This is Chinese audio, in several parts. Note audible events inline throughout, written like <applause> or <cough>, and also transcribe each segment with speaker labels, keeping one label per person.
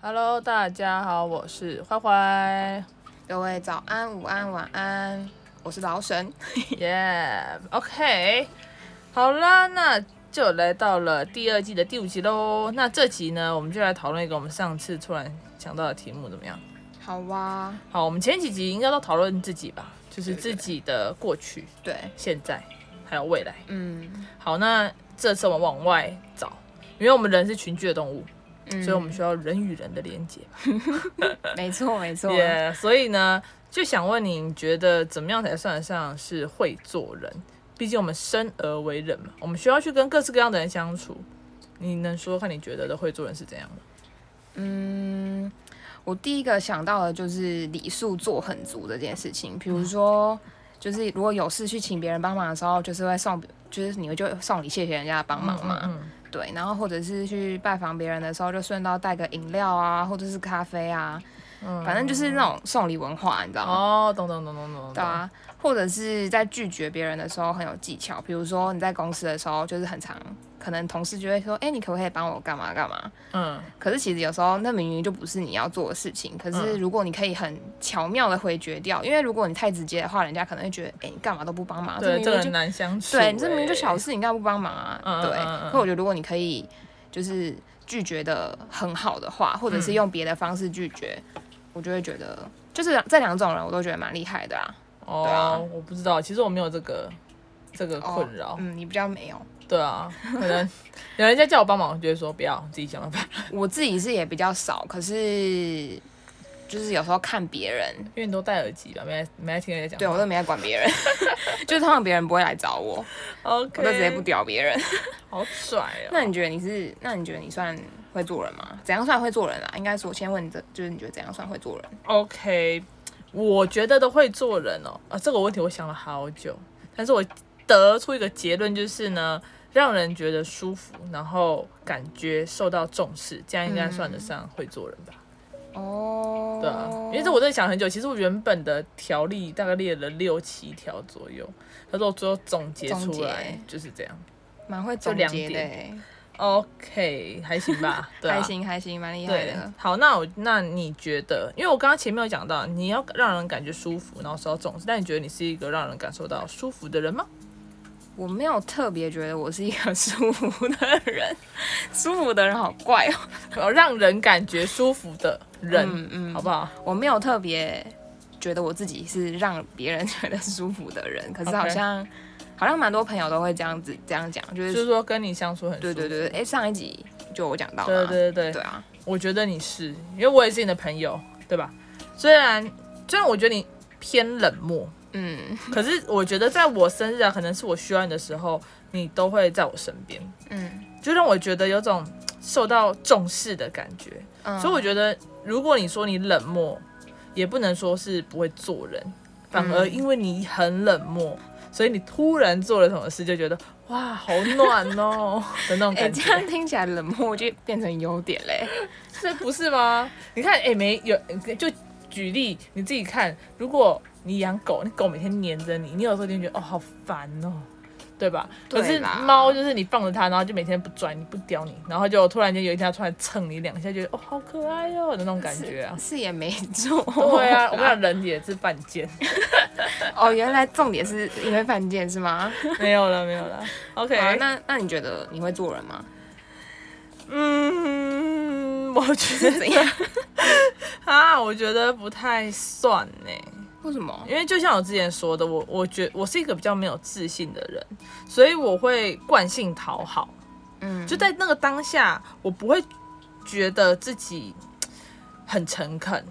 Speaker 1: Hello，大家好，我是坏
Speaker 2: <laughs>
Speaker 1: 坏，
Speaker 2: 各位早安、午安、晚安，我是老沈。
Speaker 1: 耶、yeah,，OK，好啦，那就来到了第二季的第五集喽。那这集呢，我们就来讨论一个我们上次突然想到的题目，怎么样？
Speaker 2: 好哇，
Speaker 1: 好，啊我们前几集应该都讨论自己吧，就是
Speaker 2: 对对
Speaker 1: 自己的过去、
Speaker 2: 对，
Speaker 1: 现在还有未来。
Speaker 2: 嗯
Speaker 1: 好，那这次我们往外找，因为我们人是群居的动物，
Speaker 2: 嗯，
Speaker 1: 所以我们需要人与人的连接。
Speaker 2: 没错没错
Speaker 1: Yeah，所以呢，就想问你，你觉得怎么样才算得上是会做人？毕竟我们生而为人嘛，我们需要去跟各式各样的人相处。你能说说看你觉得的会做人是怎样的？
Speaker 2: 嗯，我第一个想到的就是礼数做很足这件事情，比如说，
Speaker 1: 嗯
Speaker 2: 就是如果有事去请别人帮忙的时候，就是会送，就是你会就会送礼谢谢人家帮忙嘛。
Speaker 1: 嗯，
Speaker 2: 对，然后或者是去拜访别人的时候，就顺道带个饮料啊，或者是咖啡啊，
Speaker 1: 嗯
Speaker 2: 反正就是那种送礼文化，你知道吗？
Speaker 1: 哦，懂懂懂懂懂懂。
Speaker 2: 对啊，或者是在拒绝别人的时候很有技巧，比如说你在公司的时候，就是很常可能同事就会说，哎、你可不可以帮我干嘛干嘛？
Speaker 1: 嗯，
Speaker 2: 可是其实有时候那明明就不是你要做的事情，可是
Speaker 1: 嗯
Speaker 2: 如果你可以很巧妙的回绝掉，因为如果你太直接的话，人家可能会觉得，哎、你干嘛都不帮忙，
Speaker 1: 对，
Speaker 2: 明
Speaker 1: 这个
Speaker 2: 明
Speaker 1: 很
Speaker 2: 就
Speaker 1: 难相处、
Speaker 2: 对，你这明明就
Speaker 1: 欸
Speaker 2: 小事，你干嘛不帮忙啊？
Speaker 1: 嗯嗯
Speaker 2: 对，
Speaker 1: 嗯嗯
Speaker 2: 可我觉得如果你可以就是拒绝的很好的话，或者是
Speaker 1: 嗯
Speaker 2: 用别的方式拒绝，我就会觉得就是这两种人我都觉得蛮厉害的啊。
Speaker 1: 哦、
Speaker 2: 对啊
Speaker 1: 我不知道，其实我没有这个这个
Speaker 2: 哦
Speaker 1: 困扰。
Speaker 2: 嗯，你比较没有。
Speaker 1: 对啊，可能有人家叫我帮忙，我就会说不要，自己想办法，
Speaker 2: <laughs> 我自己是也比较少，可是就是有时候看别人，
Speaker 1: 因为你都戴耳机吧，没来没来听人家讲话。
Speaker 2: <laughs> 对我都没在管别人， <laughs> 就是通常别人不会来找我，
Speaker 1: ，OK，
Speaker 2: 我都直接不屌别人。 <laughs>
Speaker 1: 好拽哦。
Speaker 2: 那你觉得你是？那你觉得你算会做人吗？怎样算会做人啊？应该说，先问你这，就是你觉得怎样算会做人？
Speaker 1: OK，我觉得都会做人哦。啊，这个问题我想了好久，但是我得出一个结论，就是呢，让人觉得舒服，然后感觉受到重视，这样应该算得上会做人吧？
Speaker 2: 哦，
Speaker 1: 对啊，因为这我在想很久。其实我原本的条例大概列了六七条左右，但是我最后总结
Speaker 2: 总
Speaker 1: 出
Speaker 2: 结
Speaker 1: 来就是这样。
Speaker 2: 蛮会总
Speaker 1: 两
Speaker 2: 结的
Speaker 1: 点
Speaker 2: 欸，
Speaker 1: OK，还行吧，对、啊，
Speaker 2: 还行还行，蛮厉害
Speaker 1: 对
Speaker 2: 的，。
Speaker 1: 好，那我那你觉得，因为我刚刚前面有讲到，你要让人感觉舒服，然后受到重视，但你觉得你是一个让人感受到舒服的人吗？ <laughs>
Speaker 2: 我没有特别觉得我是一个 <laughs> 舒服的人，舒服的人好怪哦。
Speaker 1: 呃让人感觉舒服的人，
Speaker 2: 嗯嗯
Speaker 1: 好不好？
Speaker 2: 我没有特别觉得我自己是让别人 <laughs> 觉得舒服的人，可是
Speaker 1: OK
Speaker 2: 好像好像蛮多朋友都会这样子这样讲，就
Speaker 1: 就是是说跟你相处很舒
Speaker 2: 对
Speaker 1: 服。
Speaker 2: 对对，哎、上一集就我讲到嘛，
Speaker 1: 对对对
Speaker 2: 对啊，
Speaker 1: 我觉得你是，因为我也是你的朋友，对吧？虽然虽然我觉得你偏冷漠，
Speaker 2: 嗯
Speaker 1: 可是我觉得在我生日啊，可能是我需要你的时候，你都会在我身边，
Speaker 2: 嗯
Speaker 1: 就让我觉得有种受到重视的感觉。
Speaker 2: 嗯，
Speaker 1: 所以我觉得，如果你说你冷漠，也不能说是不会做人，反而因为你很冷漠，
Speaker 2: 嗯
Speaker 1: 所以你突然做了什么事，就觉得哇，好暖
Speaker 2: <laughs>
Speaker 1: 哦的那种
Speaker 2: 哎、
Speaker 1: 感
Speaker 2: 这
Speaker 1: 觉，
Speaker 2: 样听起来冷漠就变成优点嘞，
Speaker 1: 是不是吗？你看，哎、没有，就举例你自己看，如果你养狗，那狗每天黏着你，你有时候就会觉得哦，好烦哦。对吧？可是
Speaker 2: 对啦
Speaker 1: 猫就是你放着它，然后就每天不拽你不叼你，然后就突然间有一天它突然蹭你两下，觉得哦好可爱哦的那种感觉啊。
Speaker 2: 是也没错，
Speaker 1: <laughs> 对啊，我们俩人也是犯贱，
Speaker 2: 哦，原来重点是因为犯贱是吗？
Speaker 1: <laughs> 没有了，没有了。OK，
Speaker 2: 好啊那那你觉得你会做人吗？
Speaker 1: 嗯，我觉
Speaker 2: 怎
Speaker 1: 得 <laughs>
Speaker 2: 样？
Speaker 1: 啊，我觉得不太算呢，
Speaker 2: 为什么？
Speaker 1: 因为就像我之前说的，我我觉我是一个比较没有自信的人，所以我会惯性讨好，
Speaker 2: 嗯，
Speaker 1: 就在那个当下，我不会觉得自己很诚恳。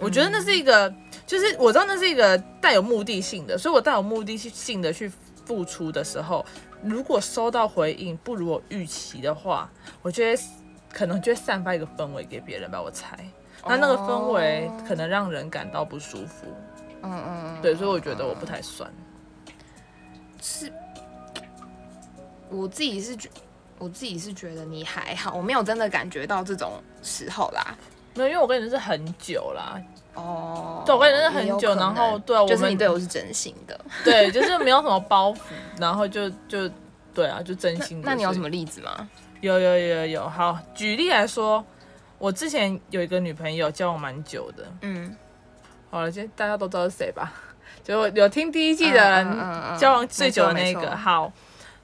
Speaker 1: 我觉得那是一个，就是我知道那是一个带有目的性的，所以我带有目的性的去付出的时候，如果收到回应不如我预期的话，我觉得可能就会散发一个氛围给别人吧，我猜。那那个氛围
Speaker 2: 哦
Speaker 1: 可能让人感到不舒服，
Speaker 2: 嗯嗯，嗯
Speaker 1: 对，所以我觉得我不太算。
Speaker 2: 是，我自己是觉，我自己是觉得你还好，我没有真的感觉到这种时候啦。
Speaker 1: 没有，因为我跟你认识很久啦，
Speaker 2: 哦，
Speaker 1: 对我跟你认识很
Speaker 2: 也有
Speaker 1: 久
Speaker 2: 可能
Speaker 1: 然后对啊
Speaker 2: 就是
Speaker 1: 我们
Speaker 2: 你对我是真心的。
Speaker 1: <laughs> 对，就是没有什么包袱，然后就就对啊，就真心的
Speaker 2: 那你有
Speaker 1: 所以
Speaker 2: 什么例子吗？
Speaker 1: 有有有有，好，举例来说，我之前有一个女朋友交往蛮久的，
Speaker 2: 嗯，
Speaker 1: 好了，今大家都知道是谁吧？ <laughs> 就有听第一季的
Speaker 2: 嗯嗯嗯
Speaker 1: 人
Speaker 2: 嗯
Speaker 1: 交往最久的那
Speaker 2: 没错没
Speaker 1: 个，
Speaker 2: 错
Speaker 1: 好，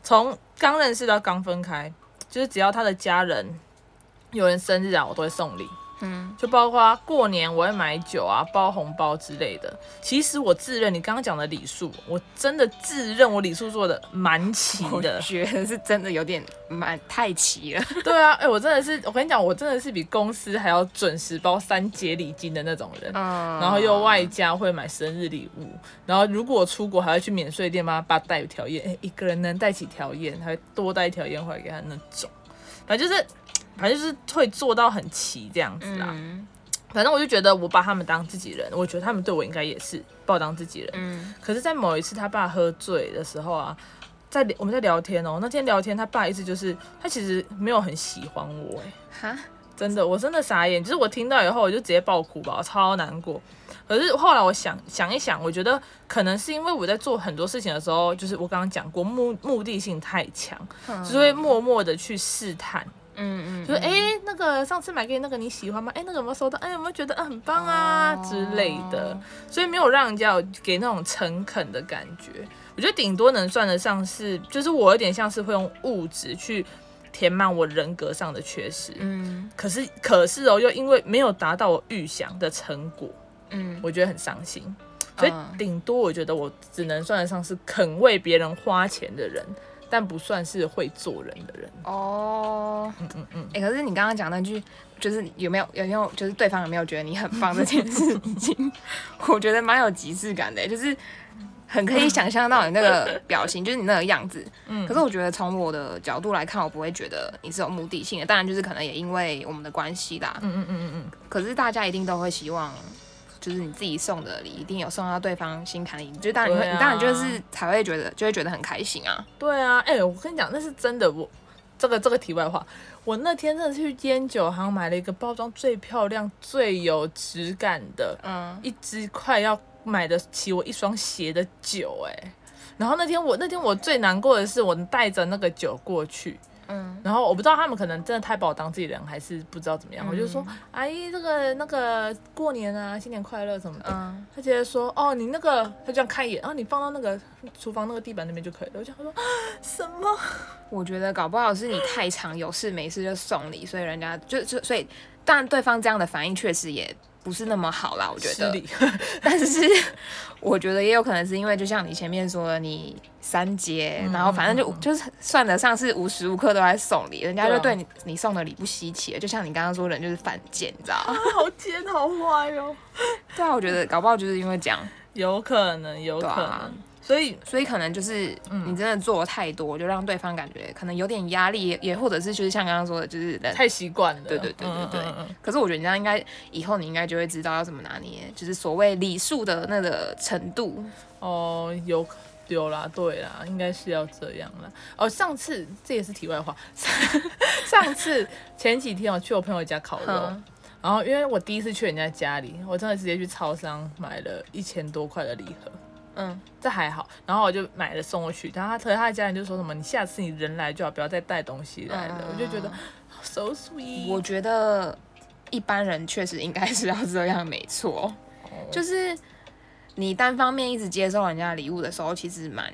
Speaker 1: 从刚认识到刚分开，就是只要他的家人有人生日啊，我都会送礼，
Speaker 2: 嗯，
Speaker 1: 就包括过年我会买酒啊、包红包之类的。其实我自认你刚刚讲的礼数，我真的自认我礼数做的蛮齐
Speaker 2: 我
Speaker 1: 的，
Speaker 2: 觉得是真的有点蛮太齐了，
Speaker 1: 对啊，哎、我真的是，我跟你讲，我真的是比公司还要准时包三节礼金的那种人。
Speaker 2: 嗯，
Speaker 1: 然后又外加会买生日礼物，然后如果我出国还会去免税店帮他爸带一条烟，哎，一个人能带几条烟，还会多带一条烟回来给他那种，反正就是，反正就是会做到很齐这样子啦。
Speaker 2: 嗯
Speaker 1: 反正我就觉得我把他们当自己人，我觉得他们对我应该也是把我当自己人。
Speaker 2: 嗯
Speaker 1: 可是，在某一次他爸喝醉的时候啊，在我们在聊天哦，那天聊天他爸意思就是他其实没有很喜欢我、哎。
Speaker 2: 哈，
Speaker 1: 真的，我真的傻眼，就是我听到以后我就直接爆哭吧，我超难过。可是后来我想想一想，我觉得可能是因为我在做很多事情的时候，就是我刚刚讲过目目的性太强，就是会默默的去试探，
Speaker 2: 嗯嗯嗯，
Speaker 1: 就是哎、诶那个上次买给你那个你喜欢吗？哎、那个有没有收到？哎、有没有觉得啊很棒啊、
Speaker 2: 哦
Speaker 1: 之类的？所以没有让人家有给那种诚恳的感觉。我觉得顶多能算得上是，就是我有点像是会用物质去填满我人格上的缺失。
Speaker 2: 嗯
Speaker 1: 可是可是哦，又因为没有达到我预想的成果，
Speaker 2: 嗯，
Speaker 1: 我觉得很伤心。所以
Speaker 2: 嗯
Speaker 1: 顶多我觉得我只能算得上是肯为别人花钱的人，但不算是会做人的人。
Speaker 2: 哦，
Speaker 1: 嗯嗯嗯，
Speaker 2: 哎、可是你刚刚讲那句，就是有没有有没有，就是对方有没有觉得你很棒这件事，已经 <laughs> 我觉得蛮有即视感的，欸就是很可以想象到你那个表情，就是你那个样子。
Speaker 1: 嗯
Speaker 2: 可是我觉得从我的角度来看，我不会觉得你是有目的性的。当然，就是可能也因为我们的关系啦。
Speaker 1: 嗯嗯嗯嗯
Speaker 2: 可是大家一定都会希望。就是你自己送的礼，一定有送到对方心坎里，就当然你会，
Speaker 1: 对啊
Speaker 2: 你当然就是才会觉得，就会觉得很开心啊。
Speaker 1: 嗯，对啊，哎、我跟你讲，那是真的。我这个这个题外话，我那天真的是去烟酒行买了一个包装最漂亮、最有质感的，
Speaker 2: 嗯，
Speaker 1: 一支快要买得起我一双鞋的酒哎、然后那天我那天我最难过的是，我带着那个酒过去，
Speaker 2: 嗯，
Speaker 1: 然后我不知道他们可能真的太把我当自己人，还是不知道怎么样。
Speaker 2: 嗯
Speaker 1: 我就说，阿姨，这个那个过年啊，新年快乐什么的。
Speaker 2: 嗯
Speaker 1: 他直接说，哦，你那个，他就这样看一眼，然哦后你放到那个厨房那个地板那边就可以了。我就想说，啊什么？
Speaker 2: 我觉得搞不好是你太常有事没事就送礼，所以人家就就所以，当然对方这样的反应确实也不是那么好啦，我觉
Speaker 1: 失
Speaker 2: 得。
Speaker 1: 礼。
Speaker 2: <laughs> 但是我觉得也有可能是因为，就像你前面说的，你三节，
Speaker 1: 嗯
Speaker 2: 然后反正就就是算得上是无时无刻都在送礼，人家
Speaker 1: 对
Speaker 2: 就
Speaker 1: 啊
Speaker 2: 对你你送的礼不稀奇了。就像你刚刚说，人就是犯贱，你
Speaker 1: <laughs>
Speaker 2: 知道吗？
Speaker 1: 好尖，好坏
Speaker 2: <laughs>
Speaker 1: 哦。
Speaker 2: 对啊，我觉得搞不好就是因为这样，
Speaker 1: 有可能，有可
Speaker 2: 对
Speaker 1: 能。
Speaker 2: 啊
Speaker 1: 所以
Speaker 2: 所以可能就是
Speaker 1: 嗯
Speaker 2: 你真的做的太多，就让对方感觉可能有点压力，也也或者是就是像刚刚说的，就是人
Speaker 1: 太习惯了。
Speaker 2: 对对对对对。
Speaker 1: 嗯嗯嗯嗯
Speaker 2: 可是我觉得你这样应该以后你应该就会知道要怎么拿捏，就是所谓礼数的那个程度。
Speaker 1: 哦，有可有啦，对啦，应该是要这样啦。哦，上次这也是题外话，上上次前几天我去我朋友家烤肉，
Speaker 2: 嗯
Speaker 1: 然后因为我第一次去人家家里，我真的直接去超商买了一千多块的礼盒。
Speaker 2: 嗯
Speaker 1: 这还好，然后我就买了送过去，然后他特他的家人就说什么你下次你人来就好，不要再带东西来了。
Speaker 2: 嗯
Speaker 1: 我就觉得 so sweet，
Speaker 2: 我觉得一般人确实应该是要这样，没错。
Speaker 1: 哦
Speaker 2: 就是你单方面一直接受人家的礼物的时候，其实蛮。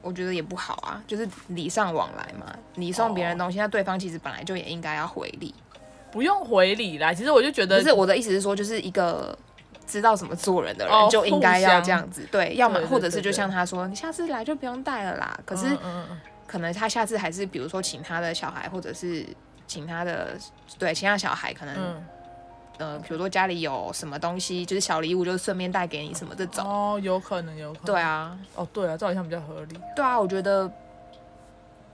Speaker 2: 我觉得也不好啊，就是礼尚往来嘛。你送别人东西，那对方其实本来就也应该要回礼。
Speaker 1: 不用回礼啦。其实我就觉
Speaker 2: 不
Speaker 1: 得
Speaker 2: 是我的意思是说，就是一个知道怎么做人的人、
Speaker 1: 哦
Speaker 2: 就应该
Speaker 1: 互
Speaker 2: 要
Speaker 1: 相
Speaker 2: 这样子，对，要么
Speaker 1: 对对
Speaker 2: 或者是
Speaker 1: 对
Speaker 2: 就
Speaker 1: 对
Speaker 2: 像他说，你下次来就不用带了啦。可
Speaker 1: 嗯
Speaker 2: 是
Speaker 1: 嗯嗯
Speaker 2: 可能他下次还是比如说请他的小孩，或者是请他的对请他小孩，可能、
Speaker 1: 嗯
Speaker 2: 呃，比如说家里有什么东西，就是小礼物，就是顺便带给你什么这种。
Speaker 1: 哦，有可能有可能
Speaker 2: 对啊，
Speaker 1: 哦对啊，这好像比较合理
Speaker 2: 对啊，我觉得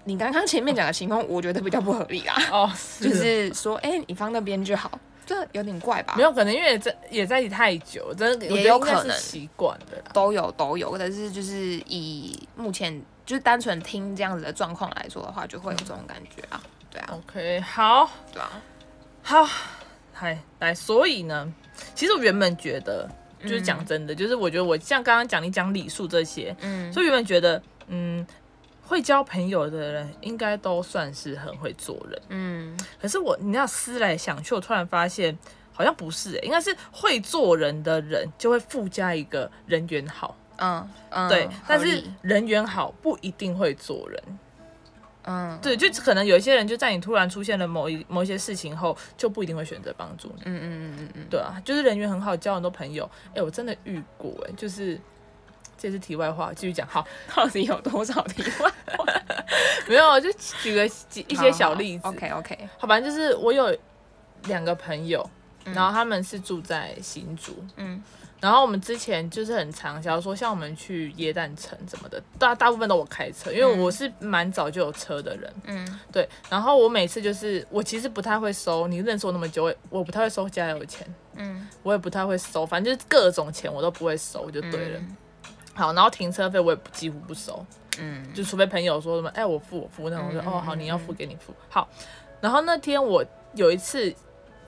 Speaker 2: 你刚刚前面讲的情况，我觉得比较不合理
Speaker 1: <laughs>
Speaker 2: 啦，
Speaker 1: 哦，是
Speaker 2: 就
Speaker 1: 哦
Speaker 2: 是说，哎、你放那边就好，这有点怪吧
Speaker 1: 没？有可能，因为也在也在一起太久，真的我觉
Speaker 2: 也
Speaker 1: 得
Speaker 2: 有
Speaker 1: 应该
Speaker 2: 可
Speaker 1: 是
Speaker 2: 能
Speaker 1: 习惯的啦。
Speaker 2: 都有都有，但是就是以目前就是单纯听这样子的状况来说的话，就会有这种感觉啊，对啊，
Speaker 1: OK，好，
Speaker 2: 对啊，
Speaker 1: 好，嗨，来，所以呢，其实我原本觉得，就是
Speaker 2: 嗯
Speaker 1: 讲真的，就是我觉得我像刚刚讲你讲礼数这些，
Speaker 2: 嗯，
Speaker 1: 所以原本觉得，嗯，会交朋友的人应该都算是很会做人。
Speaker 2: 嗯，
Speaker 1: 可是我，你要思来想去，我突然发现好像不是、欸，应该是会做人的人就会附加一个人缘好，
Speaker 2: 嗯嗯，
Speaker 1: 对，但
Speaker 2: 合
Speaker 1: 是
Speaker 2: 理
Speaker 1: 人缘好不一定会做人，
Speaker 2: 嗯
Speaker 1: 对，就可能有一些人就在你突然出现了某一某一些事情后，就不一定会选择帮助你，
Speaker 2: 嗯嗯嗯嗯
Speaker 1: 对啊，就是人缘很好，交很多朋友，哎、我真的遇过、欸，就是。这是题外话，继续讲。好，
Speaker 2: 嗯，到底有多少题外
Speaker 1: 没有，就举个几一些小例子。
Speaker 2: ？OK OK，
Speaker 1: 好吧，就是我有两个朋友，然后他们是住在新竹，
Speaker 2: 嗯
Speaker 1: 然后我们之前就是很常，假如说像我们去耶诞城什么的，大大部分都我开车，因为我是蛮早就有车的人，
Speaker 2: 嗯
Speaker 1: 对。然后我每次就是，我其实不太会收，你认识我那么久，我我不太会收加油钱，
Speaker 2: 嗯，
Speaker 1: 我也不太会收，反正就是各种钱我都不会收就对了。好，然后停车费我也几乎不收，
Speaker 2: 嗯，
Speaker 1: 就除非朋友说什么，哎、我付我付，那我就、
Speaker 2: 嗯
Speaker 1: 哦
Speaker 2: 嗯
Speaker 1: 好，
Speaker 2: 嗯
Speaker 1: 你要付给你付好。然后那天我有一次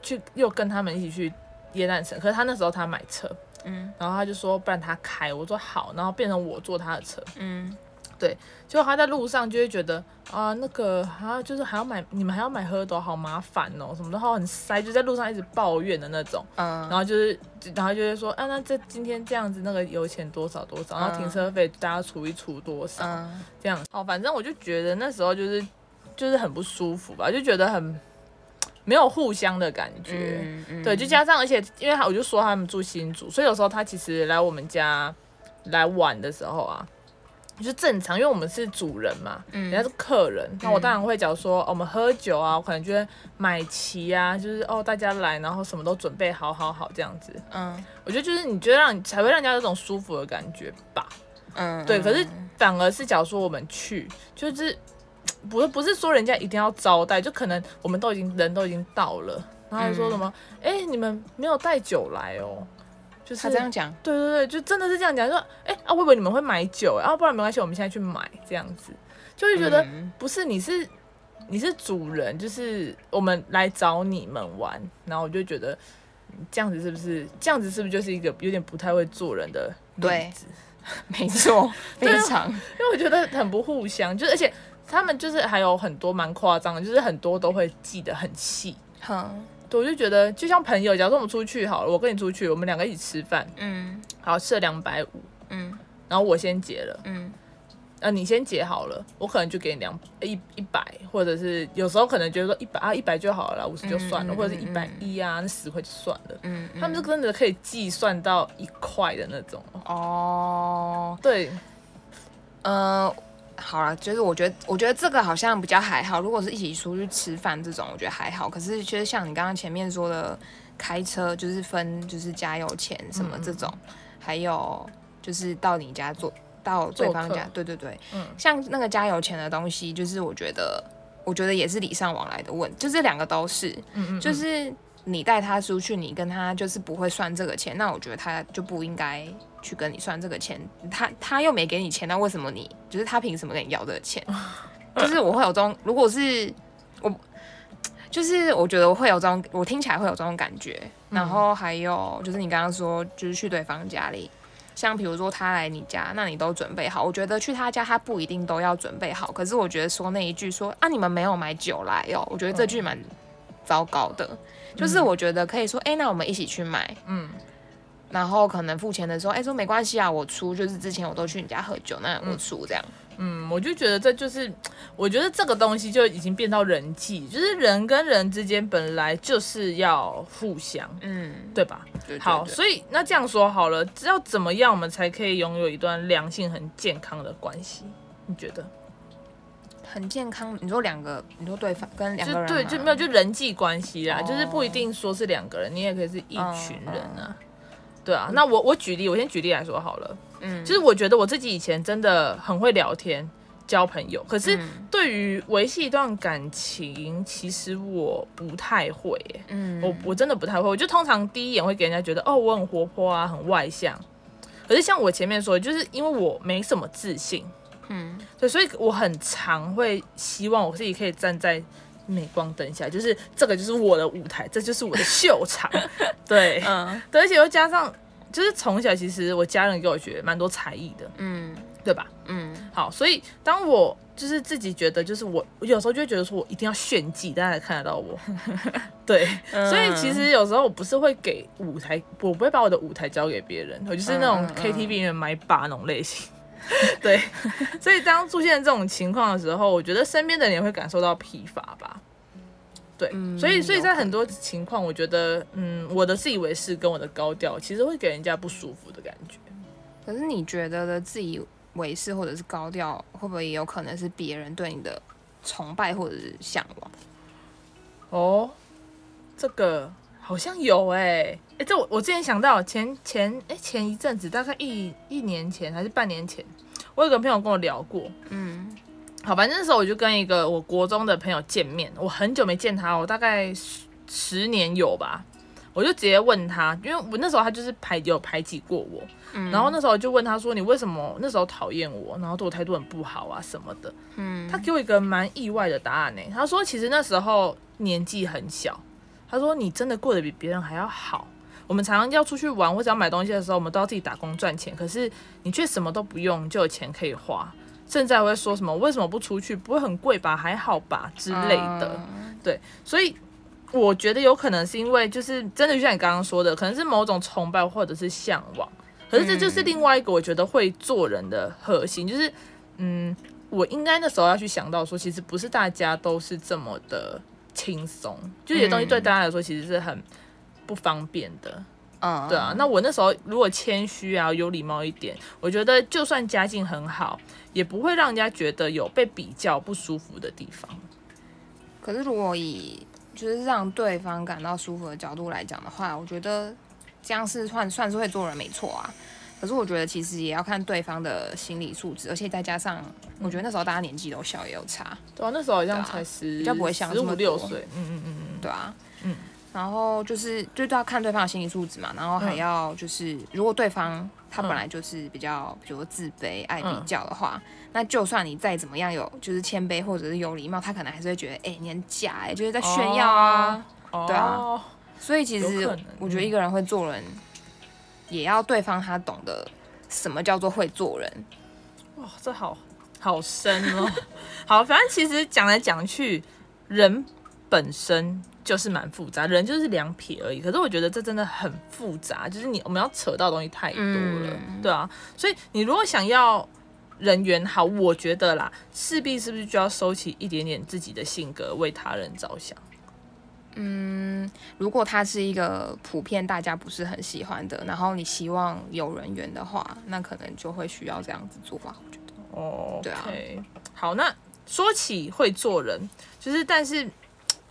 Speaker 1: 去又跟他们一起去耶诞城，可是他那时候他买车，
Speaker 2: 嗯
Speaker 1: 然后他就说不然他开，我说好，然后变成我坐他的车，
Speaker 2: 嗯
Speaker 1: 结果他在路上就会觉得啊、那个啊就是还要买你们还要买喝斗，好麻烦哦，什么的，然后很塞，就在路上一直抱怨的那种。
Speaker 2: 嗯，
Speaker 1: 然后就是，然后就会说，啊，那这今天这样子，那个油钱多少多少，然后停车费大家除一除多少，
Speaker 2: 嗯
Speaker 1: 这样。哦，反正我就觉得那时候就是就是很不舒服吧，就觉得很没有互相的感觉。
Speaker 2: 嗯嗯，
Speaker 1: 对，就加上，而且因为他我就说他们住新竹，所以有时候他其实来我们家来玩的时候啊，就是正常，因为我们是主人嘛，人家是客人，那我当然会讲说、哦我们喝酒啊，我可能就会买齐啊，就是哦大家来，然后什么都准备好好好这样子。
Speaker 2: 嗯
Speaker 1: 我觉得就是你觉得让你才会让人家有种舒服的感觉吧。
Speaker 2: 嗯，
Speaker 1: 对，可是反而是假如说我们去，就是不是不是说人家一定要招待，就可能我们都已经人都已经到了，然后还
Speaker 2: 嗯
Speaker 1: 说什么，哎、你们没有带酒来哦，就是
Speaker 2: 他这样讲，
Speaker 1: 对对对，就真的是这样讲，说，哎、啊，我以为你们会买酒，啊，不然没关系，我们现在去买这样子，就会觉得、
Speaker 2: 嗯
Speaker 1: 不是你是。你是主人，就是我们来找你们玩，然后我就觉得嗯这样子是不是这样子是不是就是一个有点不太会做人的
Speaker 2: 对
Speaker 1: 例子？
Speaker 2: 没错，非
Speaker 1: <laughs> 对啊
Speaker 2: 常，
Speaker 1: 因为我觉得很不互相，就是而且他们就是还有很多蛮夸张的，就是很多都会记得很细。
Speaker 2: 嗯
Speaker 1: 对，我就觉得就像朋友，假如说我们出去好了，我跟你出去，我们两个一起吃饭，
Speaker 2: 嗯
Speaker 1: 好吃了两百五，
Speaker 2: 嗯
Speaker 1: 然后我先结了，
Speaker 2: 嗯
Speaker 1: 呃，你先结好了，我可能就给你两一一百，或者是有时候可能觉得说一百啊一百就好了啦，五十就算了，
Speaker 2: 嗯嗯
Speaker 1: 或者是
Speaker 2: 嗯
Speaker 1: 一百一啊，那十块就算了。
Speaker 2: 嗯，
Speaker 1: 他们是真的可以计算到一块的那种哦。
Speaker 2: 哦。
Speaker 1: 对，
Speaker 2: 呃，好了，就是我觉得，我觉得这个好像比较还好。如果是一起出去吃饭这种，我觉得还好。可是就是像你刚刚前面说的，开车就是分就是加油钱什么
Speaker 1: 嗯
Speaker 2: 这种，还有就是到你家做到对方
Speaker 1: 做
Speaker 2: 家
Speaker 1: 客，
Speaker 2: 对对对，
Speaker 1: 嗯
Speaker 2: 像那个加油钱的东西，就是我觉得，我觉得也是礼尚往来的问，就这两个都是，
Speaker 1: 嗯嗯，
Speaker 2: 就
Speaker 1: 嗯
Speaker 2: 是你带他出去，你跟他就是不会算这个钱，那我觉得他就不应该去跟你算这个钱。他他又没给你钱，那为什么你就是他凭什么跟你要这个
Speaker 1: <laughs>
Speaker 2: 钱？就是我会有这种，如果是我，就是我觉得我会有这种，我听起来会有这种感觉。
Speaker 1: 嗯
Speaker 2: 然后还有就是你刚刚说，就是去对方家里。像比如说他来你家，那你都准备好。我觉得去他家他不一定都要准备好，可是我觉得说那一句说啊你们没有买酒来哦，我觉得这句蛮糟糕的。就是我觉得可以说，哎、那我们一起去买，
Speaker 1: 嗯
Speaker 2: 然后可能付钱的时候，哎、说没关系啊，我出，就是之前我都去你家喝酒，那我出这样。
Speaker 1: 嗯，我就觉得这就是，我觉得这个东西就已经变到人际，就是人跟人之间本来就是要互相，
Speaker 2: 嗯，
Speaker 1: 对吧？
Speaker 2: 对
Speaker 1: 好，
Speaker 2: 对对
Speaker 1: 所以那这样说好了，只要怎么样，我们才可以拥有一段良性、很健康的关系？你觉得？
Speaker 2: 很健康。你说两个，你说对方跟两
Speaker 1: 就
Speaker 2: 个人
Speaker 1: 对，
Speaker 2: 吗
Speaker 1: 就没有就人际关系啦，
Speaker 2: 哦
Speaker 1: 就是不一定说是两个人，你也可以是一群
Speaker 2: 嗯
Speaker 1: 人啊。对啊，那我我举例，我先举例来说好了，
Speaker 2: 嗯，
Speaker 1: 就是我觉得我自己以前真的很会聊天、交朋友，可是
Speaker 2: 嗯
Speaker 1: 对于维系一段感情，其实我不太会耶、
Speaker 2: 嗯
Speaker 1: 我我真的不太会。我就通常第一眼会给人家觉得，哦，我很活泼啊，很外向。可是像我前面说的，就是因为我没什么自信，
Speaker 2: 嗯
Speaker 1: 对，所以我很常会希望我自己可以站在镁光灯下，就是这个就是我的舞台，这就是我的秀
Speaker 2: <laughs>
Speaker 1: 场。对，
Speaker 2: 嗯
Speaker 1: 对，而且又加上，就是从小其实我家人给我学蛮多才艺的，
Speaker 2: 嗯
Speaker 1: 对吧？
Speaker 2: 嗯，
Speaker 1: 好，所以当我就是自己觉得，就是我我有时候就会觉得说我一定要炫技，大家才看得到
Speaker 2: <laughs>
Speaker 1: 我。对，
Speaker 2: 嗯
Speaker 1: 所以其实有时候我不是会给舞台，我不会把我的舞台交给别人，我就是那种
Speaker 2: 嗯嗯嗯
Speaker 1: KTV 里面买把那种类型。 <laughs>
Speaker 2: <laughs>
Speaker 1: 对，所以当出现这种情况的时候，我觉得身边的人也会感受到疲乏吧。对，
Speaker 2: 嗯
Speaker 1: 所以所以
Speaker 2: 有
Speaker 1: 在
Speaker 2: 可
Speaker 1: 很多情况，我觉得，嗯，我的自以为是跟我的高调，其实会给人家不舒服的感觉。
Speaker 2: 可是你觉得的自以为是或者是高调，会不会也有可能是别人对你的崇拜或者是向往？
Speaker 1: 哦，这个好像有哎、欸，哎、这我我之前想到前前哎、前一阵子，大概一一年前还是半年前，我有个朋友跟我聊过，
Speaker 2: 嗯
Speaker 1: 好，反正那时候我就跟一个我国中的朋友见面，我很久没见他哦，我大概十十年有吧。我就直接问他，因为我那时候他就是排有排挤过我，
Speaker 2: 嗯
Speaker 1: 然后那时候我就问他说你为什么那时候讨厌我，然后对我态度很不好啊什么的。
Speaker 2: 嗯，
Speaker 1: 他给我一个蛮意外的答案呢、他说其实那时候年纪很小，他说你真的过得比别人还要好。我们常常要出去玩或者要买东西的时候，我们都要自己打工赚钱，可是你却什么都不用就有钱可以花，甚至还会说什么为什么不出去？不会很贵吧？还好吧之类的。
Speaker 2: 嗯
Speaker 1: 所以我觉得有可能是因为就是真的就像你刚刚说的，可能是某种崇拜或者是向往。可是这就是另外一个我觉得会做人的核心，就是嗯，我应该那时候要去想到说，其实不是大家都是这么的轻松，就有些东西对大家来说其实是很不方便的。
Speaker 2: 嗯
Speaker 1: 对啊，那我那时候如果谦虚啊、有礼貌一点，我觉得就算家境很好，也不会让人家觉得有被比较不舒服的地方。
Speaker 2: 可是如果以就是让对方感到舒服的角度来讲的话，我觉得这样是算算是会做人没错啊。可是我觉得其实也要看对方的心理素质，而且再加上我觉得那时候大家年纪都小也有差，
Speaker 1: 对啊，那时候好像
Speaker 2: 对啊
Speaker 1: 才十，
Speaker 2: 比较不会想
Speaker 1: 十
Speaker 2: 这
Speaker 1: 五
Speaker 2: 么
Speaker 1: 六
Speaker 2: 多
Speaker 1: 岁，嗯嗯嗯嗯，
Speaker 2: 对啊，
Speaker 1: 嗯。
Speaker 2: 然后就是就都要看对方的心理素质嘛，然后还
Speaker 1: 嗯
Speaker 2: 要就是如果对方他
Speaker 1: 嗯
Speaker 2: 本来就是比较比如说自卑、爱比
Speaker 1: 嗯
Speaker 2: 较的话，那就算你再怎么样有就是谦卑或者是有礼貌，他可能还是会觉得哎、你很假哎、就是在炫耀啊。
Speaker 1: 哦哦，
Speaker 2: 对啊所以其
Speaker 1: 有可
Speaker 2: 实
Speaker 1: 能
Speaker 2: 我觉得
Speaker 1: 嗯
Speaker 2: 一个人会做人，也要对方他懂得什么叫做会做人。
Speaker 1: 哇，这好好深哦。 <laughs> 好，反正其实讲来讲去，人本身就是蛮复杂，人就是两撇而已。可是我觉得这真的很复杂，就是你我们要扯到的东西太多了，
Speaker 2: 嗯
Speaker 1: 对啊。所以你如果想要人缘好，我觉得啦，势必是不是就要收起一点点自己的性格，为他人着想？
Speaker 2: 嗯，如果他是一个普遍大家不是很喜欢的，然后你希望有人缘的话，那可能就会需要这样子做吧。我觉得，
Speaker 1: 哦，
Speaker 2: 对啊
Speaker 1: OK 好，那说起会做人，就是但是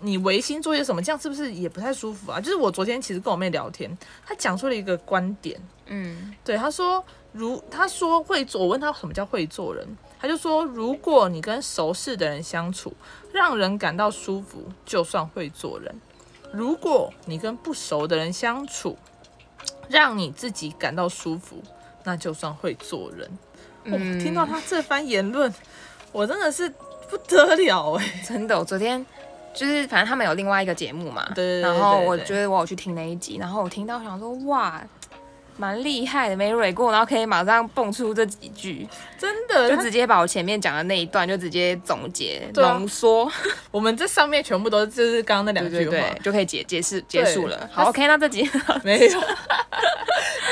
Speaker 1: 你违心做些什么，这样是不是也不太舒服啊？就是我昨天其实跟我妹聊天，她讲出了一个观点，
Speaker 2: 嗯
Speaker 1: 对她说，如她说会做，我问她什么叫会做人，她就说，如果你跟熟识的人相处，让人感到舒服，就算会做人；如果你跟不熟的人相处，让你自己感到舒服，那就算会做人。我、
Speaker 2: 嗯
Speaker 1: 哦听到他这番言论，我真的是不得了哎、
Speaker 2: 真的，我昨天就是反正他们有另外一个节目嘛，
Speaker 1: 对对对
Speaker 2: 然后
Speaker 1: 对
Speaker 2: 我
Speaker 1: 对
Speaker 2: 觉得我有去听那一集，然后我听到想说哇，蛮厉害的，没蕊过，然后可以马上蹦出这几句。
Speaker 1: 真的，
Speaker 2: 就
Speaker 1: 他
Speaker 2: 直接把我前面讲的那一段就直接总结、
Speaker 1: 嗯对啊
Speaker 2: 浓缩，
Speaker 1: 我们这上面全部都是就是刚刚那两
Speaker 2: 对
Speaker 1: 句
Speaker 2: 对
Speaker 1: 话，
Speaker 2: 对，就可以解解释结束了。好
Speaker 1: 他
Speaker 2: ，OK，那这集 <laughs>
Speaker 1: 没有， <laughs>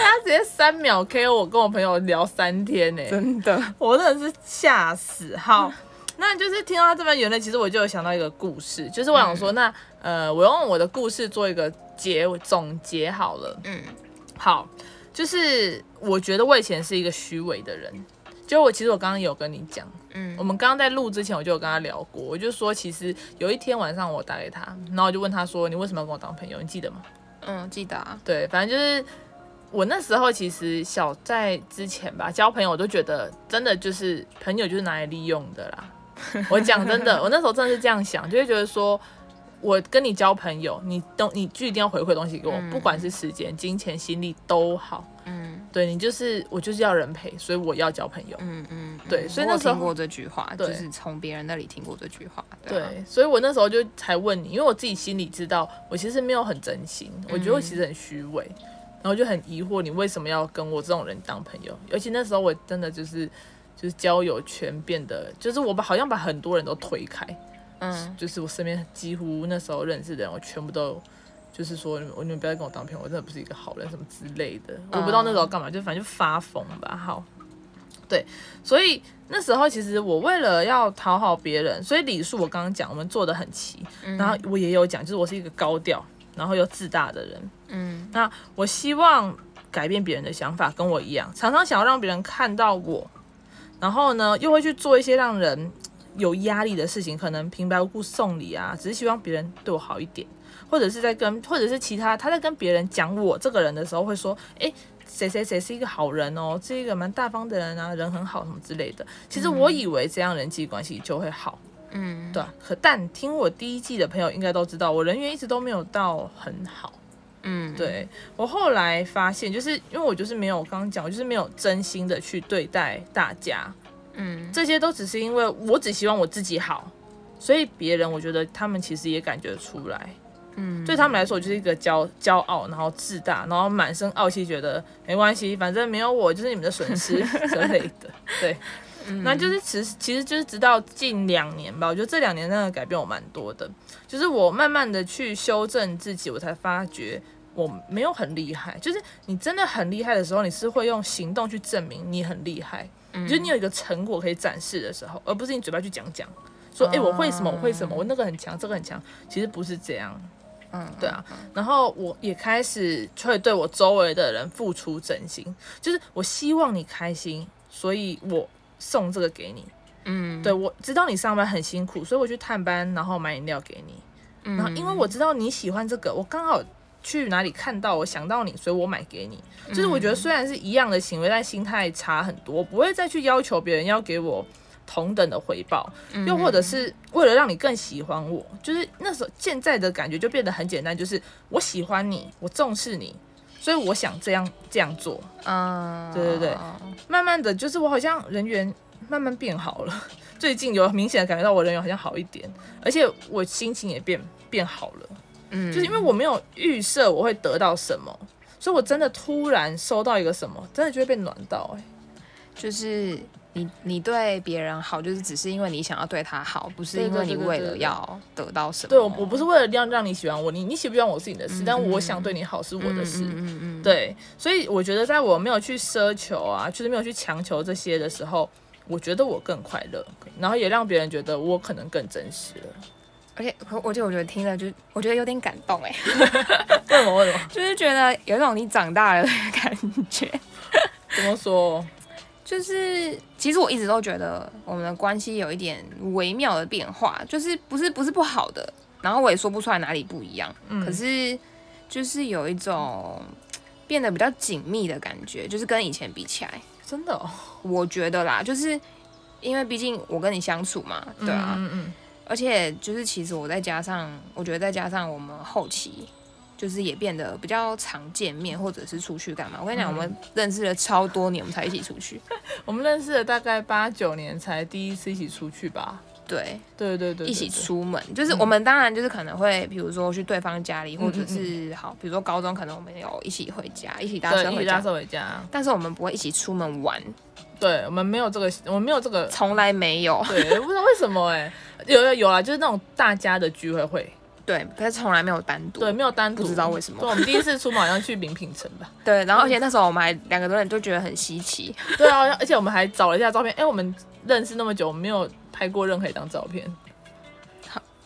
Speaker 1: 他直接三秒 K 我跟我朋友聊三天呢、
Speaker 2: 真的，
Speaker 1: 我真的是吓死。
Speaker 2: <laughs>
Speaker 1: 好，那就是听到他这番言论，其实我就有想到一个故事，就是我想说，
Speaker 2: 嗯
Speaker 1: 那呃，我用我的故事做一个结总结好了。
Speaker 2: 嗯
Speaker 1: 好，就是我觉得我以前是一个虚伪的人，就我其实我刚刚有跟你讲。我
Speaker 2: 嗯
Speaker 1: 们刚刚在录之前，我就有跟他聊过，我就说其实有一天晚上我打给他，然后我就问他说：“你为什么要跟我当朋友？你记得吗
Speaker 2: 嗯，记得啊？”，
Speaker 1: 对，反正就是我那时候其实小在之前吧，交朋友我都觉得真的就是朋友就是拿来利用的啦。 <laughs> 我讲真的，我那时候真的是这样想，就会觉得说。我跟你交朋友，你都你就一定要回馈东西给我，不管是时间、金钱、心力都好。
Speaker 2: 嗯
Speaker 1: 对你就是我就是要人陪，所以我要交朋友。
Speaker 2: 嗯嗯，嗯
Speaker 1: 对所以
Speaker 2: 我有
Speaker 1: 那时候
Speaker 2: 听过这句话，就
Speaker 1: 对
Speaker 2: 是从别人那里听过这句话，啊，
Speaker 1: 对，所以我那时候就才问你，因为我自己心里知道，我其实没有很真心，
Speaker 2: 嗯
Speaker 1: 我觉得我其实很虚伪，然后就很疑惑你为什么要跟我这种人当朋友，尤其那时候我真的就是就是交友圈变得，就是我把好像把很多人都推开，
Speaker 2: 嗯，
Speaker 1: 就是我身边几乎那时候认识的人，我全部都就是说，我你们不要跟我当朋友，我真的不是一个好人什么之类的。我不知道那时候干嘛，就反正就发疯吧。好，对，所以那时候其实我为了要讨好别人，所以礼数我刚刚讲，我们做的很齐，然后我也有讲，就是我是一个高调，然后又自大的人。
Speaker 2: 嗯，
Speaker 1: 那我希望改变别人的想法，跟我一样，常常想要让别人看到我，然后呢，又会去做一些让人有压力的事情，可能平白无故送礼啊，只是希望别人对我好一点，或者是在跟，或者是其他他在跟别人讲我这个人的时候，会说，诶，谁谁谁是一个好人哦，是一个蛮大方的人啊，人很好什么之类的。其实我以为这样人际关系就会好，
Speaker 2: 嗯，
Speaker 1: 对、啊。可但听我第一季的朋友应该都知道，我人缘一直都没有到很好。
Speaker 2: 嗯，
Speaker 1: 对我后来发现，就是因为我就是没有，我刚刚讲，我就是没有真心的去对待大家，
Speaker 2: 嗯，
Speaker 1: 这些都只是因为我只希望我自己好，所以别人我觉得他们其实也感觉出来，
Speaker 2: 嗯，
Speaker 1: 对他们来说，我就是一个骄骄傲，然后自大，然后满身傲气，觉得没关系，反正没有我就是你们的损失
Speaker 2: <laughs>
Speaker 1: 之类的，对。
Speaker 2: 嗯
Speaker 1: 那就是其实其实就是直到近两年吧，我觉得这两年真的改变我蛮多的，就是我慢慢的去修正自己，我才发觉我没有很厉害。就是你真的很厉害的时候，你是会用行动去证明你很厉害，就是你有一个成果可以展示的时候，而不是你嘴巴去讲讲，说诶，我会什么我会什么，我那个很强，这个很强，其实不是这样。
Speaker 2: 嗯，
Speaker 1: 对啊，然后我也开始会对我周围的人付出真心，就是我希望你开心，所以我送这个给你。
Speaker 2: 嗯，
Speaker 1: 对我知道你上班很辛苦，所以我去探班，然后买饮料给你。
Speaker 2: 嗯，
Speaker 1: 然后因为我知道你喜欢这个，我刚好去哪里看到，我想到你，所以我买给你。就是我觉得虽然是一样的行为，但心态差很多，我不会再去要求别人要给我同等的回报，又或者是为了让你更喜欢我，就是那时候现在的感觉就变得很简单，就是我喜欢你，我重视你。所以我想这样这样做，
Speaker 2: 嗯，
Speaker 1: 对对对慢慢的就是我好像人缘慢慢变好了， <laughs> 最近有明显的感觉到我人缘好像好一点，而且我心情也变变好了。
Speaker 2: 嗯，
Speaker 1: 就是因为我没有预设我会得到什么，所以我真的突然收到一个什么，真的就会被暖到哎、
Speaker 2: 就是你你对别人好，就是只是因为你想要对他好，不是
Speaker 1: 对
Speaker 2: 因
Speaker 1: 对
Speaker 2: 为你
Speaker 1: 对对
Speaker 2: 为
Speaker 1: 对
Speaker 2: 了
Speaker 1: 对
Speaker 2: 要得到什么。
Speaker 1: 对我我不是为了让让你喜欢我，你你喜不喜欢我是你的事，但我想对你好是我的事。
Speaker 2: 嗯嗯嗯，
Speaker 1: 对，所以我觉得在我没有去奢求啊，就是没有去强求这些的时候，我觉得我更快乐，然后也让别人觉得我可能更真实了。
Speaker 2: 而且可而且我觉得听了就我觉得有点感动哎，
Speaker 1: 为什么？为什么？
Speaker 2: <laughs> 就是觉得有一种你长大了的感觉。
Speaker 1: <laughs> 怎么说？
Speaker 2: 就是其实我一直都觉得我们的关系有一点微妙的变化，就是不是不是不好的，然后我也说不出来哪里不一样，可是就是有一种变得比较紧密的感觉，就是跟以前比起来，
Speaker 1: 真的、哦？
Speaker 2: 我觉得啦，就是因为毕竟我跟你相处嘛，对啊，
Speaker 1: 嗯嗯
Speaker 2: 而且就是其实我再加上，我觉得再加上我们后期。就是也变得比较常见面，或者是出去干嘛？我跟你讲，我们认识了超多年，我们才一起出去。
Speaker 1: 嗯。我们认识了大概八九年才第一次一起出去吧？
Speaker 2: 对，
Speaker 1: 对对对对
Speaker 2: 一起
Speaker 1: 对
Speaker 2: 出门，就是我们当然就是可能会，比如说去对方家里，或
Speaker 1: 嗯
Speaker 2: 者
Speaker 1: 嗯
Speaker 2: 是好，比如说高中可能我们有一起回家，一起搭车
Speaker 1: 对，一
Speaker 2: 回
Speaker 1: 起搭
Speaker 2: 家，
Speaker 1: 车回家。
Speaker 2: 但是我们不会一起出门玩，，
Speaker 1: 对，我们没有这个，我们没有这个
Speaker 2: 从来没有，
Speaker 1: 对，不知道为什么哎、有有有啦，就是那种大家的聚会会，
Speaker 2: 对，可是从来没有单独，
Speaker 1: 对，没有单独，
Speaker 2: 不知道为什么
Speaker 1: 对，我们第一次出门好像去名品城吧，
Speaker 2: 对，然后而且那时候我们还两个人都觉得很稀奇，
Speaker 1: 对啊，而且我们还找了一下照片，哎、我们认识那么久，我们没有拍过任何一张照片，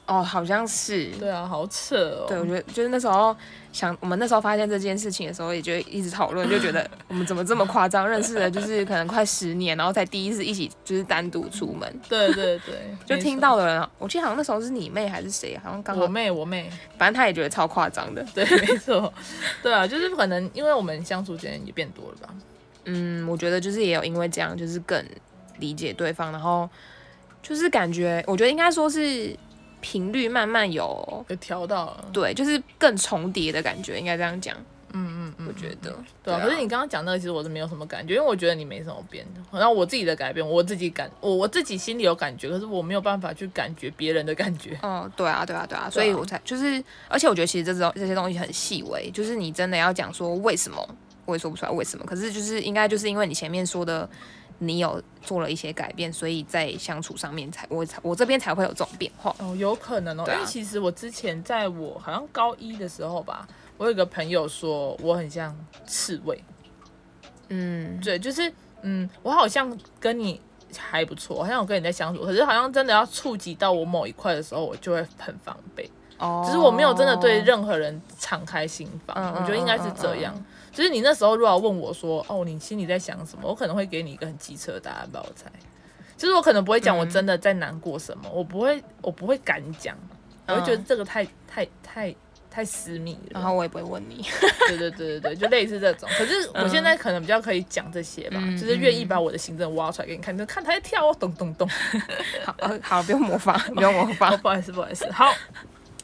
Speaker 2: 哦，好像是，
Speaker 1: 对啊，好扯哦，
Speaker 2: 对，我觉得就是那时候想，我们那时候发现这件事情的时候，也就一直讨论，就
Speaker 1: <laughs>
Speaker 2: 觉得我们怎么这么夸张，认识了就是可能快十年，然后才第一次一起就是单独出门。
Speaker 1: 对对对，
Speaker 2: <laughs> 就
Speaker 1: 没
Speaker 2: 听
Speaker 1: 错
Speaker 2: 到的人，我记得好像那时候是你妹还是谁，好像刚好
Speaker 1: 我妹我妹，
Speaker 2: 反正他也觉得超夸张的。 <laughs>
Speaker 1: 对，没错，对啊，就是可能因为我们相处时间也变多了吧，
Speaker 2: 嗯，我觉得就是也有因为这样，就是更理解对方，然后就是感觉，我觉得应该说是频率慢慢有，
Speaker 1: 有调到了，
Speaker 2: 对，就是更重叠的感觉，应该这样讲。嗯嗯嗯，我觉得
Speaker 1: 对啊，可是你刚刚讲那个，其实我是没有什么感觉，因为我觉得你没什么变。然后我自己的改变，我自己感，我我自己心里有感觉，可是我没有办法去感觉别人的感觉。
Speaker 2: 哦，对啊，对啊，对啊，所以我才就是，而且我觉得其实这种这些东西很细微，就是你真的要讲说为什么，我也说不出来为什么，可是就是应该就是因为你前面说的，你有做了一些改变，所以在相处上面才我才我这边才会有这种变化。
Speaker 1: 哦，有可能哦，
Speaker 2: 对啊
Speaker 1: 因为其实我之前在我好像高一的时候吧，我有一个朋友说我很像刺猬，
Speaker 2: 嗯，
Speaker 1: 对，就是嗯，我好像跟你还不错，好像我跟你在相处，可是好像真的要触及到我某一块的时候，我就会很防备。
Speaker 2: 哦
Speaker 1: 只是我没有真的对任何人敞开心房，
Speaker 2: 嗯
Speaker 1: 我觉得应该是这样。就是你那时候如果要问我说，哦，你心里在想什么，我可能会给你一个很机车的答案吧，我猜。就是我可能不会讲我真的在难过什么，
Speaker 2: 嗯
Speaker 1: 我不会，我不会敢讲，我会觉得这个太太太太私密
Speaker 2: 然
Speaker 1: 了。
Speaker 2: 后我也不会问你。 <laughs>
Speaker 1: 对对对对对，就类似这种。可是我现在可能比较可以讲这些吧，
Speaker 2: 嗯
Speaker 1: 就是愿意把我的行政挖出来给你看，就看他在跳哦，咚咚咚。
Speaker 2: 好，呃好，不用
Speaker 1: <laughs>
Speaker 2: 模仿，不用模
Speaker 1: 哦，
Speaker 2: 仿。
Speaker 1: 不好意思，不好意
Speaker 2: <laughs>
Speaker 1: 思。好，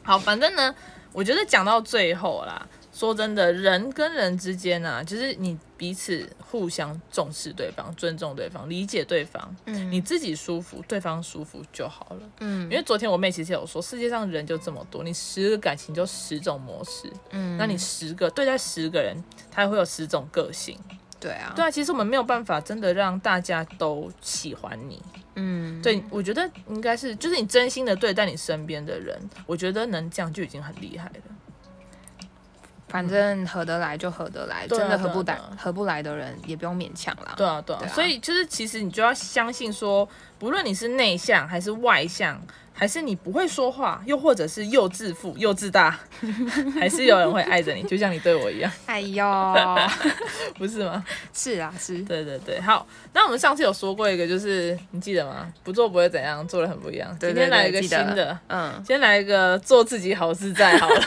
Speaker 1: 好，反正呢，我觉得讲到最后啦，说真的，人跟人之间啊，就是你彼此互相重视对方、尊重对方、理解对方，
Speaker 2: 嗯
Speaker 1: 你自己舒服，对方舒服就好了。
Speaker 2: 嗯
Speaker 1: 因为昨天我妹其实有说，世界上人就这么多，你十个感情就十种模式，
Speaker 2: 嗯
Speaker 1: 那你十个对待十个人，他会有十种个性。
Speaker 2: 对啊，
Speaker 1: 对啊，其实我们没有办法真的让大家都喜欢你，
Speaker 2: 嗯，
Speaker 1: 对，我觉得应该是，就是你真心的对待你身边的人，我觉得能这样就已经很厉害了。
Speaker 2: 反正合得来就合得来，
Speaker 1: 对啊
Speaker 2: 真的合
Speaker 1: 对啊
Speaker 2: 不来
Speaker 1: 对啊
Speaker 2: 合不来的人也不用勉强啦。
Speaker 1: 对啊，对啊，
Speaker 2: 对啊
Speaker 1: 所以就是其实你就要相信说，不论你是内向还是外向，还是你不会说话，又或者是又自负又自大， <laughs> 还是有人会爱着你，就像你对我一样，
Speaker 2: 哎
Speaker 1: <laughs>
Speaker 2: 呦，
Speaker 1: 不是吗？
Speaker 2: 是啊，是。
Speaker 1: 对对对，好，那我们上次有说过一个，就是你记得吗？不做不会怎样，做的很不一样。
Speaker 2: 对
Speaker 1: 今天
Speaker 2: 对
Speaker 1: 来
Speaker 2: 对
Speaker 1: 一个
Speaker 2: 记
Speaker 1: 新
Speaker 2: 得
Speaker 1: 的，
Speaker 2: 嗯，
Speaker 1: 先来一个做自己好自在好了，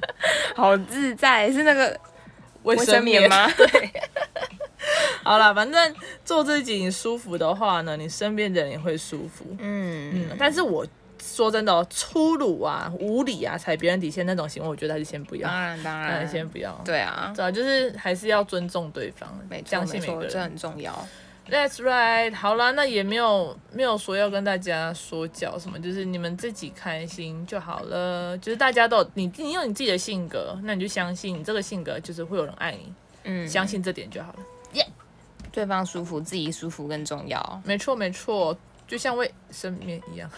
Speaker 1: <laughs>
Speaker 2: 好自在，是那个
Speaker 1: 卫
Speaker 2: 卫生棉
Speaker 1: 棉
Speaker 2: 吗？
Speaker 1: 好啦，反正做自己你舒服的话呢，你身边的人也会舒服。
Speaker 2: 嗯，
Speaker 1: 嗯，但是我说真的、哦，粗鲁啊、无理啊、踩别人底线那种行为，我觉得还是先不要
Speaker 2: 当，然当
Speaker 1: 当然
Speaker 2: 然，
Speaker 1: 先不要。
Speaker 2: 对啊，
Speaker 1: 对啊，就是还是要尊重对方，啊
Speaker 2: 没错
Speaker 1: 相
Speaker 2: 没
Speaker 1: 信每
Speaker 2: 错，
Speaker 1: 个
Speaker 2: 这
Speaker 1: 人。
Speaker 2: 很重要。
Speaker 1: That's right。好啦，那也没有没有说要跟大家说教什么，就是你们自己开心就好了。就是大家都有你，你有你自己的性格，那你就相信你这个性格就是会有人爱你，
Speaker 2: 嗯，
Speaker 1: 相信这点就好了。
Speaker 2: 对方舒服，自己舒服更重要。
Speaker 1: 没错没错，就像卫生棉一样。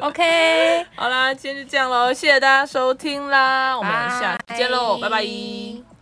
Speaker 2: OK， <laughs>
Speaker 1: 好啦，今天就这样喽，谢谢大家收听啦，我们下次见喽，拜拜。